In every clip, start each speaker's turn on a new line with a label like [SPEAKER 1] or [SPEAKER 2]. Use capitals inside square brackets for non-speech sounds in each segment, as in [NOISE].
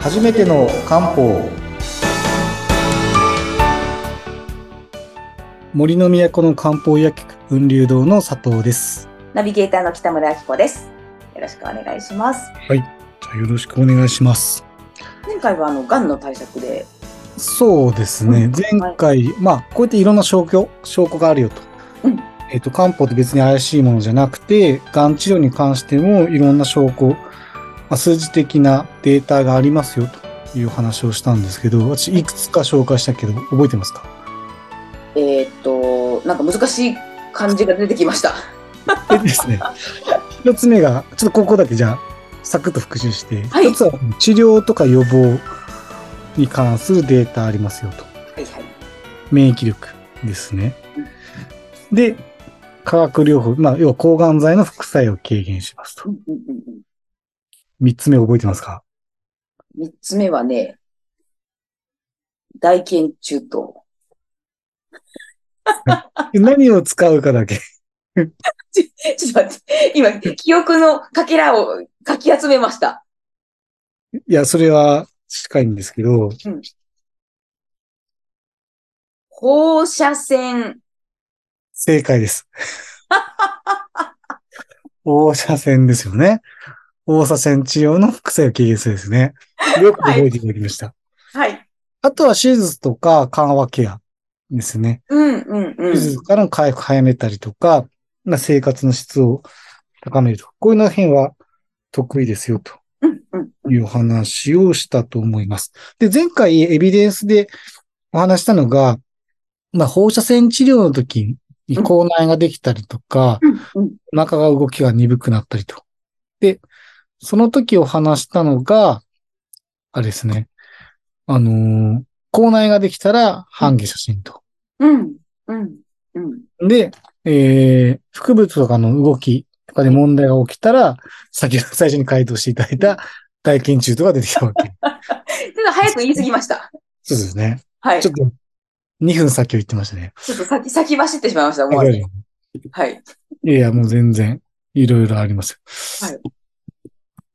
[SPEAKER 1] 初めての漢方森の都の漢方薬局雲流堂の佐藤です
[SPEAKER 2] ナビゲーターの北村明子です。よろしくお願いします。
[SPEAKER 1] じゃあよろしくお願いします
[SPEAKER 2] 前回はあの、癌の対策で、
[SPEAKER 1] そうですね、
[SPEAKER 2] うん
[SPEAKER 1] 前回、まあこうやっていろんな証拠証拠があるよと、
[SPEAKER 2] うん
[SPEAKER 1] えっ、と漢方って別に怪しいものじゃなくてがん治療に関してもいろんな証拠、まあ数字的なデータがありますよという話をしたんですけど私いくつか紹介したけど覚えてますか
[SPEAKER 2] えーっと、なんか難しい漢字が出てきました。
[SPEAKER 1] でですね、一つ目が、ちょっとここだけじゃあ、サクッと復習して、
[SPEAKER 2] はい
[SPEAKER 1] 一つは治療とか予防に関するデータありますよと。
[SPEAKER 2] はいはい。
[SPEAKER 1] 免疫力ですね。で、化学療法、まあ、要は抗がん剤の副作用を軽減しますと
[SPEAKER 2] う。んうんうんうん
[SPEAKER 1] 三つ目覚えてますか
[SPEAKER 2] 三つ目はね、大研中と。
[SPEAKER 1] 何を使うかだけ。
[SPEAKER 2] ちょっと待って、今、記憶のかけらをかき集めました。
[SPEAKER 1] いや、それは近いんですけど、
[SPEAKER 2] 放射線。
[SPEAKER 1] 正解
[SPEAKER 2] [LAUGHS]
[SPEAKER 1] です。放射線ですよね。放射線治療の副作用軽減するですね。よく覚えていただきました。
[SPEAKER 2] はい。
[SPEAKER 1] あとは手術とか緩和ケアですね。
[SPEAKER 2] うんうんう
[SPEAKER 1] 手
[SPEAKER 2] ん。
[SPEAKER 1] 術からの回復早めたりとか、まあ生活の質を高めるとか。こういうの辺は得意ですよと
[SPEAKER 2] うんうん。
[SPEAKER 1] いうお話をしたと思います。で、前回エビデンスでお話したのが、まあ、放射線治療の時に口内ができたりとか、
[SPEAKER 2] うんうん。
[SPEAKER 1] お腹が動きが鈍くなったりと。で、その時お話したのが、あれですね。あのー口内ができたら半下写真と。
[SPEAKER 2] うんうんうん。
[SPEAKER 1] で、えー、腹部とかの動きとかで問題が起きたら、先ほど最初に回答していただいた大研中とか出てきたわ
[SPEAKER 2] [LAUGHS]
[SPEAKER 1] け。
[SPEAKER 2] ちょっと早く言い過ぎました。
[SPEAKER 1] そうですね。
[SPEAKER 2] はい。
[SPEAKER 1] ち
[SPEAKER 2] ち
[SPEAKER 1] ょっと、2分先を言ってましたね。
[SPEAKER 2] ょっと先、先走ってしまいました、思わず
[SPEAKER 1] い
[SPEAKER 2] はい。
[SPEAKER 1] やいや、もう全然、いろいろありますよ。
[SPEAKER 2] はい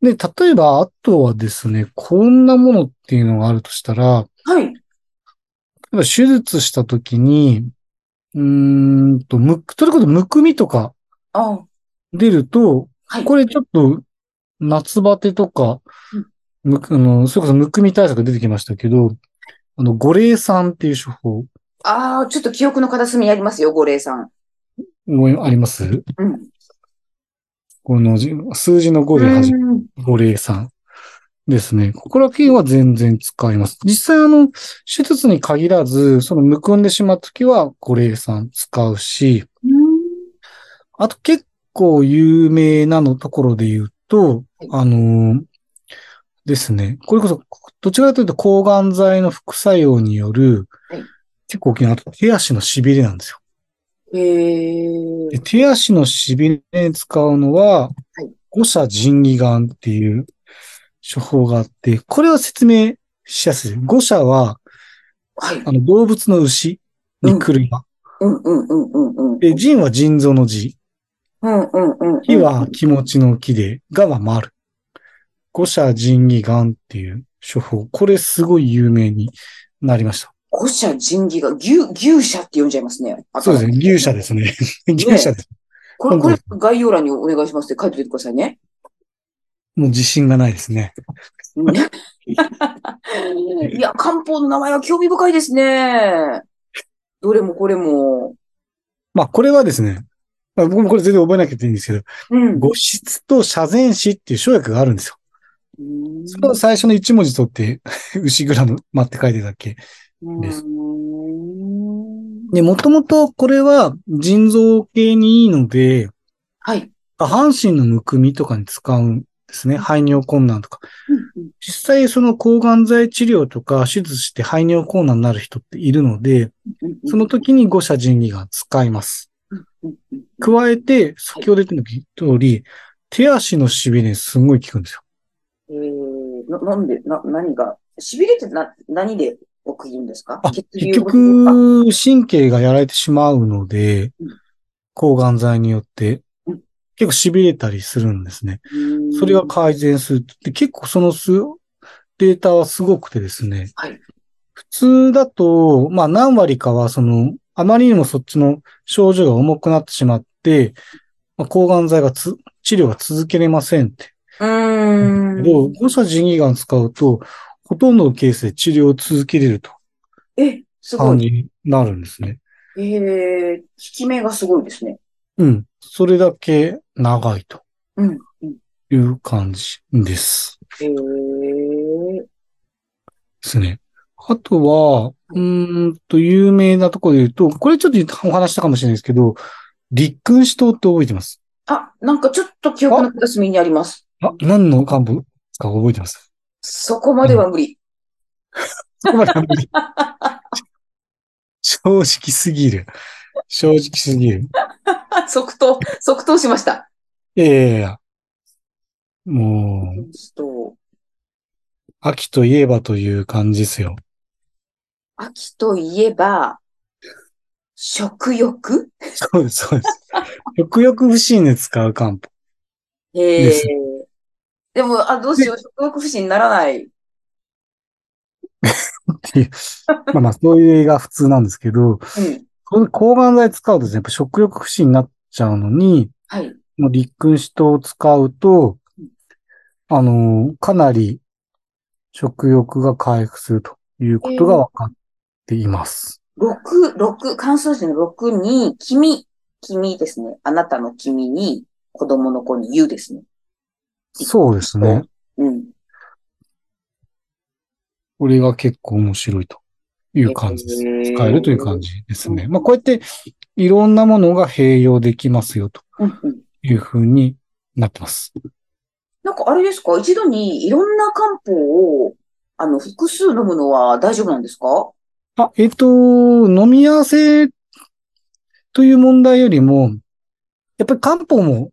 [SPEAKER 1] で、例えば、あとはですね、こんなものっていうのがあるとしたら、
[SPEAKER 2] はい。
[SPEAKER 1] 例えば手術した時に、うーんと、む、それこそむくみとか
[SPEAKER 2] ああ
[SPEAKER 1] 出ると、
[SPEAKER 2] はい。
[SPEAKER 1] これちょっと夏バテとか
[SPEAKER 2] うん、
[SPEAKER 1] むく、あの、それこそむくみ対策出てきましたけど、あの、五苓散っていう処方、
[SPEAKER 2] ああ、ちょっと記憶の片隅にありますよ、五霊さん。
[SPEAKER 1] 思いあります
[SPEAKER 2] うん。
[SPEAKER 1] このじ数字の5で始まる
[SPEAKER 2] うん
[SPEAKER 1] 五苓散ですね。ここら辺は全然使います。実際あの、手術に限らず、そのむくんでしまうときは五苓散使うし、あと結構有名なのところで言うと、あのーですね。これこそ、どちらかというと抗がん剤の副作用による
[SPEAKER 2] はい、
[SPEAKER 1] 結構大きな、あと手足のしびれなんですよ。
[SPEAKER 2] へ
[SPEAKER 1] で
[SPEAKER 2] え。
[SPEAKER 1] 手足のしびれに使うのは
[SPEAKER 2] はい、
[SPEAKER 1] 五射腎義眼っていう処方があって、これは説明しやすい。五射は、
[SPEAKER 2] はい。
[SPEAKER 1] あの、動物の牛に来る。
[SPEAKER 2] うんうんうんうんうん。
[SPEAKER 1] で、腎は腎臓の腎。
[SPEAKER 2] うんうんうんうん。
[SPEAKER 1] 木は気持ちの木で、がは丸。五社仁義眼っていう処方。これすごい有名になりました。
[SPEAKER 2] 五社神義が、牛、牛社って呼んじゃいますね。
[SPEAKER 1] そうですね。牛舎
[SPEAKER 2] す。
[SPEAKER 1] ですね。牛舎です。
[SPEAKER 2] これ、これ、概要欄にお願いしますって書いておいてくださいね。
[SPEAKER 1] もう自信がないですね。
[SPEAKER 2] うん [LAUGHS] いや、漢方の名前は興味深いですね。どれもこれも。
[SPEAKER 1] まあこれはですね、まあ、僕もこれ全然覚えなくていいんですけど、
[SPEAKER 2] うん。
[SPEAKER 1] 五質と謝禅師っていう生薬があるんですよ。
[SPEAKER 2] うん
[SPEAKER 1] それを最初の一文字取って、 [LAUGHS] 牛グラム待って書いてたっけ。です
[SPEAKER 2] うん
[SPEAKER 1] で、もともとこれは腎臓系にいいので、
[SPEAKER 2] はい。
[SPEAKER 1] 下半身のむくみとかに使うんですね。排尿困難とか。実際その抗がん剤治療とか手術して排尿困難になる人っているので、その時に五社人義が使います。加えて、先ほど言った通り、手足のしびれにすごい効くんですよ。
[SPEAKER 2] えー、な、なんで、な、何が、痺れってな、何で起きるんですか
[SPEAKER 1] あ
[SPEAKER 2] 血
[SPEAKER 1] 結
[SPEAKER 2] 流を
[SPEAKER 1] 局、神経がやられてしまうので
[SPEAKER 2] うん、
[SPEAKER 1] 抗がん剤によって
[SPEAKER 2] うん、
[SPEAKER 1] 結構しびれたりするんですね。
[SPEAKER 2] 起こすのか
[SPEAKER 1] それが改善する。で結構その数、データはすごくてですね。
[SPEAKER 2] はい
[SPEAKER 1] 普通だと、まあ何割かはその、あまりにもそっちの症状が重くなってしまって、まあ、抗がん剤がつ治療が続けれませんって。
[SPEAKER 2] うー
[SPEAKER 1] け
[SPEAKER 2] ん。
[SPEAKER 1] ど、誤差腎がん使うと、ほとんどのケースで治療を続けれると
[SPEAKER 2] え、すご
[SPEAKER 1] 感
[SPEAKER 2] い。
[SPEAKER 1] じになるんですね。
[SPEAKER 2] えー、効き目がすごいですね。
[SPEAKER 1] うん。それだけ長いと
[SPEAKER 2] うん。うん
[SPEAKER 1] いう感じです。
[SPEAKER 2] え
[SPEAKER 1] で
[SPEAKER 2] ー、
[SPEAKER 1] すね。あとは、うーんと、有名なところで言うと、これちょっとお話したかもしれないですけど、立君子党って覚えてます
[SPEAKER 2] あ、なんかちょっと記憶の片隅にあります。
[SPEAKER 1] あ、何の幹部か覚えてます
[SPEAKER 2] そこまでは無理。
[SPEAKER 1] そこまであんまり [LAUGHS] 正直すぎる。正直すぎる。
[SPEAKER 2] 即答、即答しました。
[SPEAKER 1] いやいやいや。もう、
[SPEAKER 2] と
[SPEAKER 1] 秋といえばという感じですよ。
[SPEAKER 2] 秋といえば、食欲
[SPEAKER 1] そうです、そうです。よくよく不審で使う漢方。
[SPEAKER 2] え
[SPEAKER 1] です
[SPEAKER 2] ー、でも、あ、どうしよう、食欲不振にならない。
[SPEAKER 1] [LAUGHS] まあまあ、そういう映画普通なんですけど、
[SPEAKER 2] うん。
[SPEAKER 1] この抗がん剤使うとですね、やっぱ食欲不振になっちゃうのに、
[SPEAKER 2] はい。
[SPEAKER 1] もう立君子糖を使うと、あのー、かなり食欲が回復するということが分かっています。
[SPEAKER 2] 六、六、関数字の六に、君、君ですね。あなたの君に、子供の子に言うですね。
[SPEAKER 1] そうですね。
[SPEAKER 2] うん。
[SPEAKER 1] これが結構面白いという感じです。
[SPEAKER 2] へー
[SPEAKER 1] 使えるという感じですね。
[SPEAKER 2] うん
[SPEAKER 1] まあ、こうやっていろんなものが併用できますよと
[SPEAKER 2] うんうん。
[SPEAKER 1] いうふうになってます。
[SPEAKER 2] なんかあれですか一度にいろんな漢方を、あの、複数飲むのは大丈夫なんですか
[SPEAKER 1] あ、えっと、飲み合わせという問題よりも、やっぱり漢方も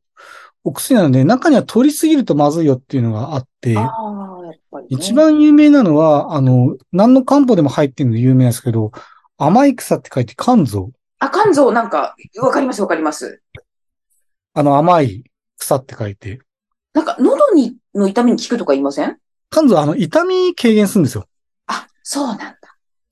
[SPEAKER 1] お薬なので、中には取りすぎるとまずいよっていうのがあって、
[SPEAKER 2] ああ、やっぱり、ね。
[SPEAKER 1] 一番有名なのは、あの、何の漢方でも入ってるので有名なんですけど、甘い草って書いて肝臓。
[SPEAKER 2] あ、肝臓なんか、わかりますわかります。
[SPEAKER 1] あの、甘い草って書いて。
[SPEAKER 2] なんか、喉に、の痛みに効くとか言いません
[SPEAKER 1] 肝臓はあの、痛み軽減するんですよ。
[SPEAKER 2] あ、そうなんだ。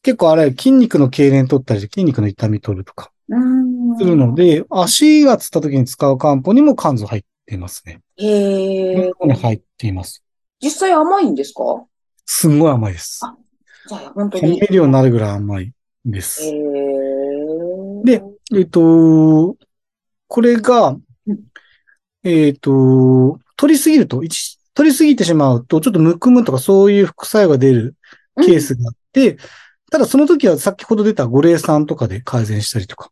[SPEAKER 1] 結構あれ、筋肉の痙攣取ったり、筋肉の痛み取るとか
[SPEAKER 2] うーん。
[SPEAKER 1] するので、足がつった時に使う漢方にも肝臓入っていますね。
[SPEAKER 2] へえ。
[SPEAKER 1] ここに入っています。
[SPEAKER 2] 実際甘いんですか
[SPEAKER 1] すんごい甘いです。
[SPEAKER 2] あじゃあ、本当
[SPEAKER 1] 褒
[SPEAKER 2] に
[SPEAKER 1] め。るようになるぐらい甘いで
[SPEAKER 2] へ
[SPEAKER 1] す。
[SPEAKER 2] え。
[SPEAKER 1] で、えっと、これが
[SPEAKER 2] うん、
[SPEAKER 1] えっと、取りすぎると、一取りすぎてしまうと、ちょっとむくむとかそういう副作用が出るケースがあって、ただその時は先ほど出た五苓酸とかで改善したりとか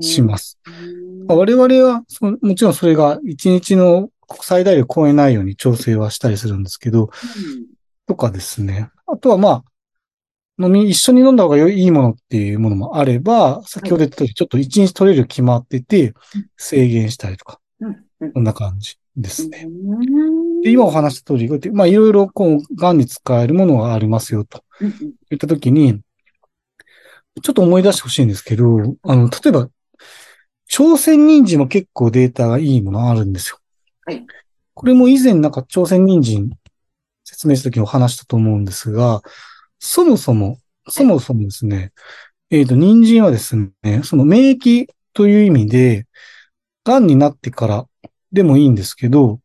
[SPEAKER 1] します。
[SPEAKER 2] うん。
[SPEAKER 1] まあ我々はその、もちろんそれが一日の最大量を超えないように調整はしたりするんですけど、とかですね。あとはまあ、飲み、一緒に飲んだ方が良いいいものっていうものもあれば、先ほど言った通り、ちょっと一日取れる決まってて、制限したりとか、
[SPEAKER 2] うん。うん。
[SPEAKER 1] こんな感じですね。
[SPEAKER 2] うん
[SPEAKER 1] で、今お話した通り、こうやってまあいろいろこう、癌に使えるものがありますよ、と
[SPEAKER 2] うんうん
[SPEAKER 1] 言ったときに、ちょっと思い出してほしいんですけど、あの、例えば、朝鮮人参も結構データがいいものあるんですよ。
[SPEAKER 2] はい
[SPEAKER 1] これも以前なんか朝鮮人参説明した時にお話したと思うんですが、そもそも、そもそもですね、えっ、と、人参はですね、その免疫という意味で、癌になってからでもいいんですけど、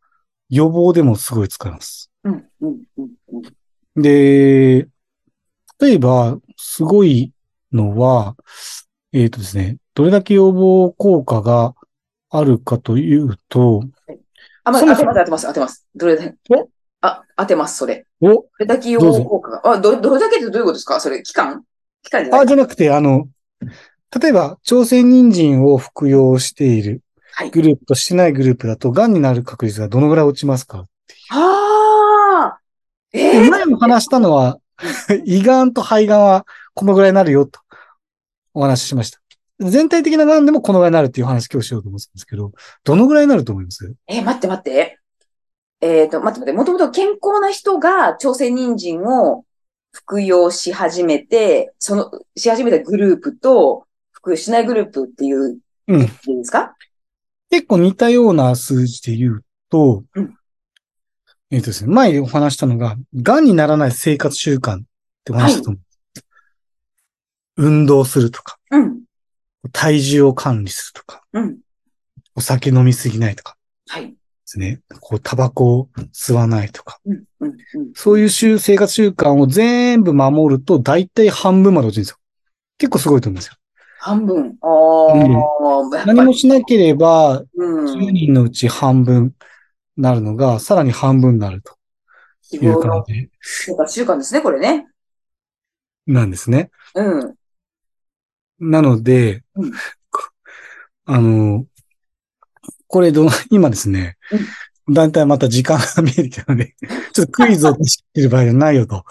[SPEAKER 1] 予防でもすごい使います。
[SPEAKER 2] うん。うん。うん。うん。
[SPEAKER 1] で、例えば、すごいのは、えっ、とですね、どれだけ予防効果があるかというと、
[SPEAKER 2] あ、ま
[SPEAKER 1] そ
[SPEAKER 2] ず、
[SPEAKER 1] も
[SPEAKER 2] 当
[SPEAKER 1] そ
[SPEAKER 2] て
[SPEAKER 1] も
[SPEAKER 2] ます、当てます、当てます。どれだけ
[SPEAKER 1] え。
[SPEAKER 2] あ、当てます、それ。
[SPEAKER 1] お、
[SPEAKER 2] どれだけ予
[SPEAKER 1] どうぞ
[SPEAKER 2] 防効果が。あ、ど、どれだけってどういうことですかそれ、期間期間じゃない
[SPEAKER 1] あ、じゃなくて、あの、例えば、朝鮮人参を服用している
[SPEAKER 2] はい
[SPEAKER 1] グループとしてないグループだと、癌になる確率がどのぐらい落ちますか
[SPEAKER 2] ああえ
[SPEAKER 1] で
[SPEAKER 2] え
[SPEAKER 1] 前も話したのは、胃がんと肺がんはこのぐらいになるよとお話ししました。全体的ながんでもこのぐらいになるっていう話今日しようと思ってたんですけど、どのぐらいになると思います
[SPEAKER 2] え、待って待って。えっ、と、待って待って。もともと健康な人が朝鮮人参を服用し始めて、その、し始めたグループと、服用しないグループっていう、
[SPEAKER 1] うん
[SPEAKER 2] いいですか
[SPEAKER 1] 結構似たような数字で言うと、
[SPEAKER 2] うん
[SPEAKER 1] えっ、とですね、前お話したのが、癌にならない生活習慣ってお話したと思う。運動するとか、
[SPEAKER 2] うん。
[SPEAKER 1] 体重を管理するとか、
[SPEAKER 2] うん。
[SPEAKER 1] お酒飲みすぎないとか
[SPEAKER 2] はい。
[SPEAKER 1] ですね。こう、タバコを吸わないとか。
[SPEAKER 2] うん。うん。うん。
[SPEAKER 1] そういう習生活習慣を全部守ると、大体半分まで落ちるんですよ。結構すごいと思うんですよ。
[SPEAKER 2] 半分。ああ、やっぱり
[SPEAKER 1] 何もしなければ、
[SPEAKER 2] うん。
[SPEAKER 1] 10人のうち半分なるのが、さらに半分になると
[SPEAKER 2] 希
[SPEAKER 1] いう
[SPEAKER 2] 望
[SPEAKER 1] 感
[SPEAKER 2] の
[SPEAKER 1] じ
[SPEAKER 2] 生活習慣ですね、これね。
[SPEAKER 1] なんですね。
[SPEAKER 2] うん。
[SPEAKER 1] なので
[SPEAKER 2] うん、
[SPEAKER 1] こ [LAUGHS] あの、これど、 [LAUGHS] 今ですね、だいたいまた時間が見えてきたので、 [LAUGHS] ちょっとクイズを出してる場合じゃないよと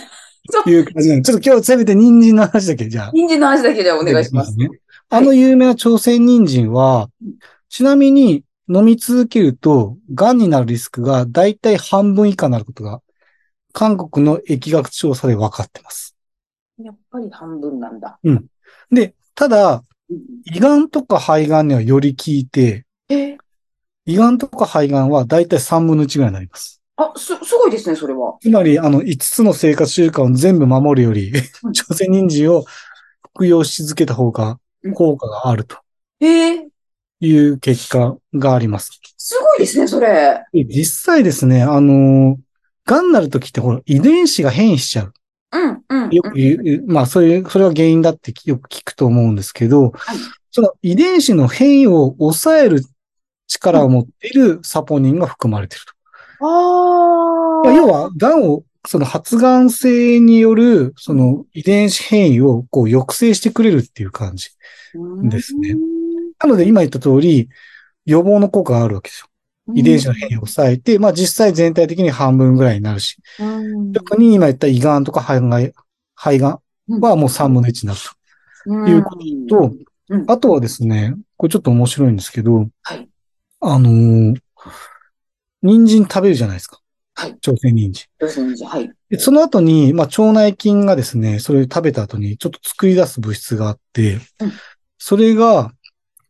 [SPEAKER 2] [LAUGHS] そう
[SPEAKER 1] いう感じなので、ちょっと今日せめて人参の話だけ、じゃあ。
[SPEAKER 2] 人参の話だけではお願いします。
[SPEAKER 1] ね。あの有名な朝鮮人参は、ちなみに飲み続けると、癌になるリスクがだいたい半分以下になることが、韓国の疫学調査で分かってます。
[SPEAKER 2] やっぱり半分なんだ。
[SPEAKER 1] で、ただ、
[SPEAKER 2] うん
[SPEAKER 1] 胃がんとか肺がんにはより効いて、
[SPEAKER 2] え、
[SPEAKER 1] 胃がんとか肺がんはだいたい3分の1ぐらいになります。
[SPEAKER 2] あ、す、すごいですね、それは。
[SPEAKER 1] つまり、あの、5つの生活習慣を全部守るより
[SPEAKER 2] うん、
[SPEAKER 1] 朝鮮人参を服用し続けた方が
[SPEAKER 2] うん
[SPEAKER 1] 効果があると
[SPEAKER 2] えー、
[SPEAKER 1] いう結果があります。
[SPEAKER 2] すごいですね、それ。
[SPEAKER 1] で実際ですね、あの、癌になるときって、ほら、遺伝子が変異しちゃう。
[SPEAKER 2] うん、うん。
[SPEAKER 1] よく言う、まあ、そういう、それが原因だってよく聞くと思うんですけど、
[SPEAKER 2] はい
[SPEAKER 1] その遺伝子の変異を抑える力を持っているサポニンが含まれていると。まあ
[SPEAKER 2] ああ。
[SPEAKER 1] 要は、癌を、その発がん性による、その遺伝子変異をこう抑制してくれるっていう感じ。ですねなので今言った通り、予防の効果があるわけですよ。遺伝子の変異を抑えて、まあ実際全体的に半分ぐらいになるし、
[SPEAKER 2] うん。
[SPEAKER 1] 特に今言った胃がんとか肺がん、肺がんはもう3分の1になる
[SPEAKER 2] うん、
[SPEAKER 1] ということと、
[SPEAKER 2] うん
[SPEAKER 1] あとはですね、これちょっと面白いんですけど、
[SPEAKER 2] はい
[SPEAKER 1] あのー人参食べるじゃないですか。
[SPEAKER 2] はい
[SPEAKER 1] 朝鮮人参。
[SPEAKER 2] 要するにはい。
[SPEAKER 1] でその後に、まあ、腸内菌がですね、それを食べた後にちょっと作り出す物質があって、
[SPEAKER 2] うん
[SPEAKER 1] それが、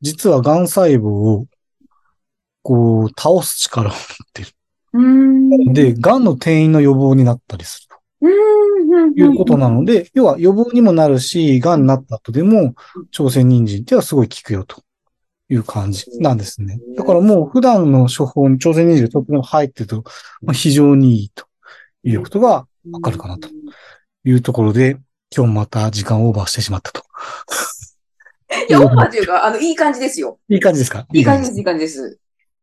[SPEAKER 1] 実は癌細胞を、こう、倒す力を持ってる。
[SPEAKER 2] うん。
[SPEAKER 1] で、癌の転移の予防になったりすると
[SPEAKER 2] うん、
[SPEAKER 1] いうことなので、要は予防にもなるし、癌になった後でも、朝鮮人参っていうのはすごい効くよという感じなんですね。だからもう普段の処方に朝鮮人参がとっても入ってると、まあ非常にいいということが
[SPEAKER 2] うん。
[SPEAKER 1] わかるかなとというところで、今日また時間オーバーしてしまったと。
[SPEAKER 2] いや、オーバーというか、あの、いい感じですよ。
[SPEAKER 1] いい感じですか
[SPEAKER 2] いい感じです、
[SPEAKER 1] い
[SPEAKER 2] いい感じです。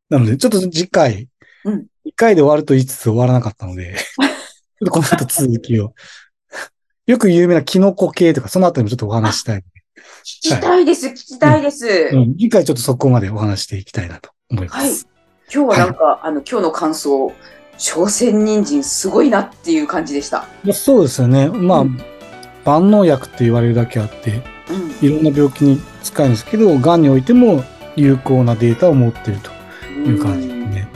[SPEAKER 1] なので、ちょっと次回、
[SPEAKER 2] うん
[SPEAKER 1] 1回で終わると言いつつ終わらなかったの
[SPEAKER 2] [LAUGHS]
[SPEAKER 1] で、ちょっとこの後続きを。よく有名なキノコ系とか、その後にもちょっとお話したい。
[SPEAKER 2] 聞きたいです、聞きたいです。
[SPEAKER 1] うん、次回ちょっとそこまでお話していきたいなと思います。
[SPEAKER 2] はい今日はなんか、あの、今日の感想、朝鮮人参すごいなっていう感じでした。
[SPEAKER 1] まあそうですよね。まあ、
[SPEAKER 2] うん
[SPEAKER 1] 万能薬って言われるだけあって、
[SPEAKER 2] うん。
[SPEAKER 1] いろんな病気に使えるんですけど、癌においても有効なデータを持っているという感じです
[SPEAKER 2] うん
[SPEAKER 1] ね。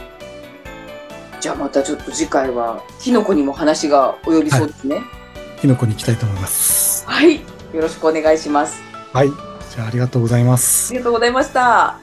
[SPEAKER 2] じゃあまたちょっと次回は、キノコにも話が及びそうですね。
[SPEAKER 1] キノコに行きたいと思います。
[SPEAKER 2] はい、よろしくお願いします。
[SPEAKER 1] はい。じゃあありがとうございます
[SPEAKER 2] あ。りがとうございました。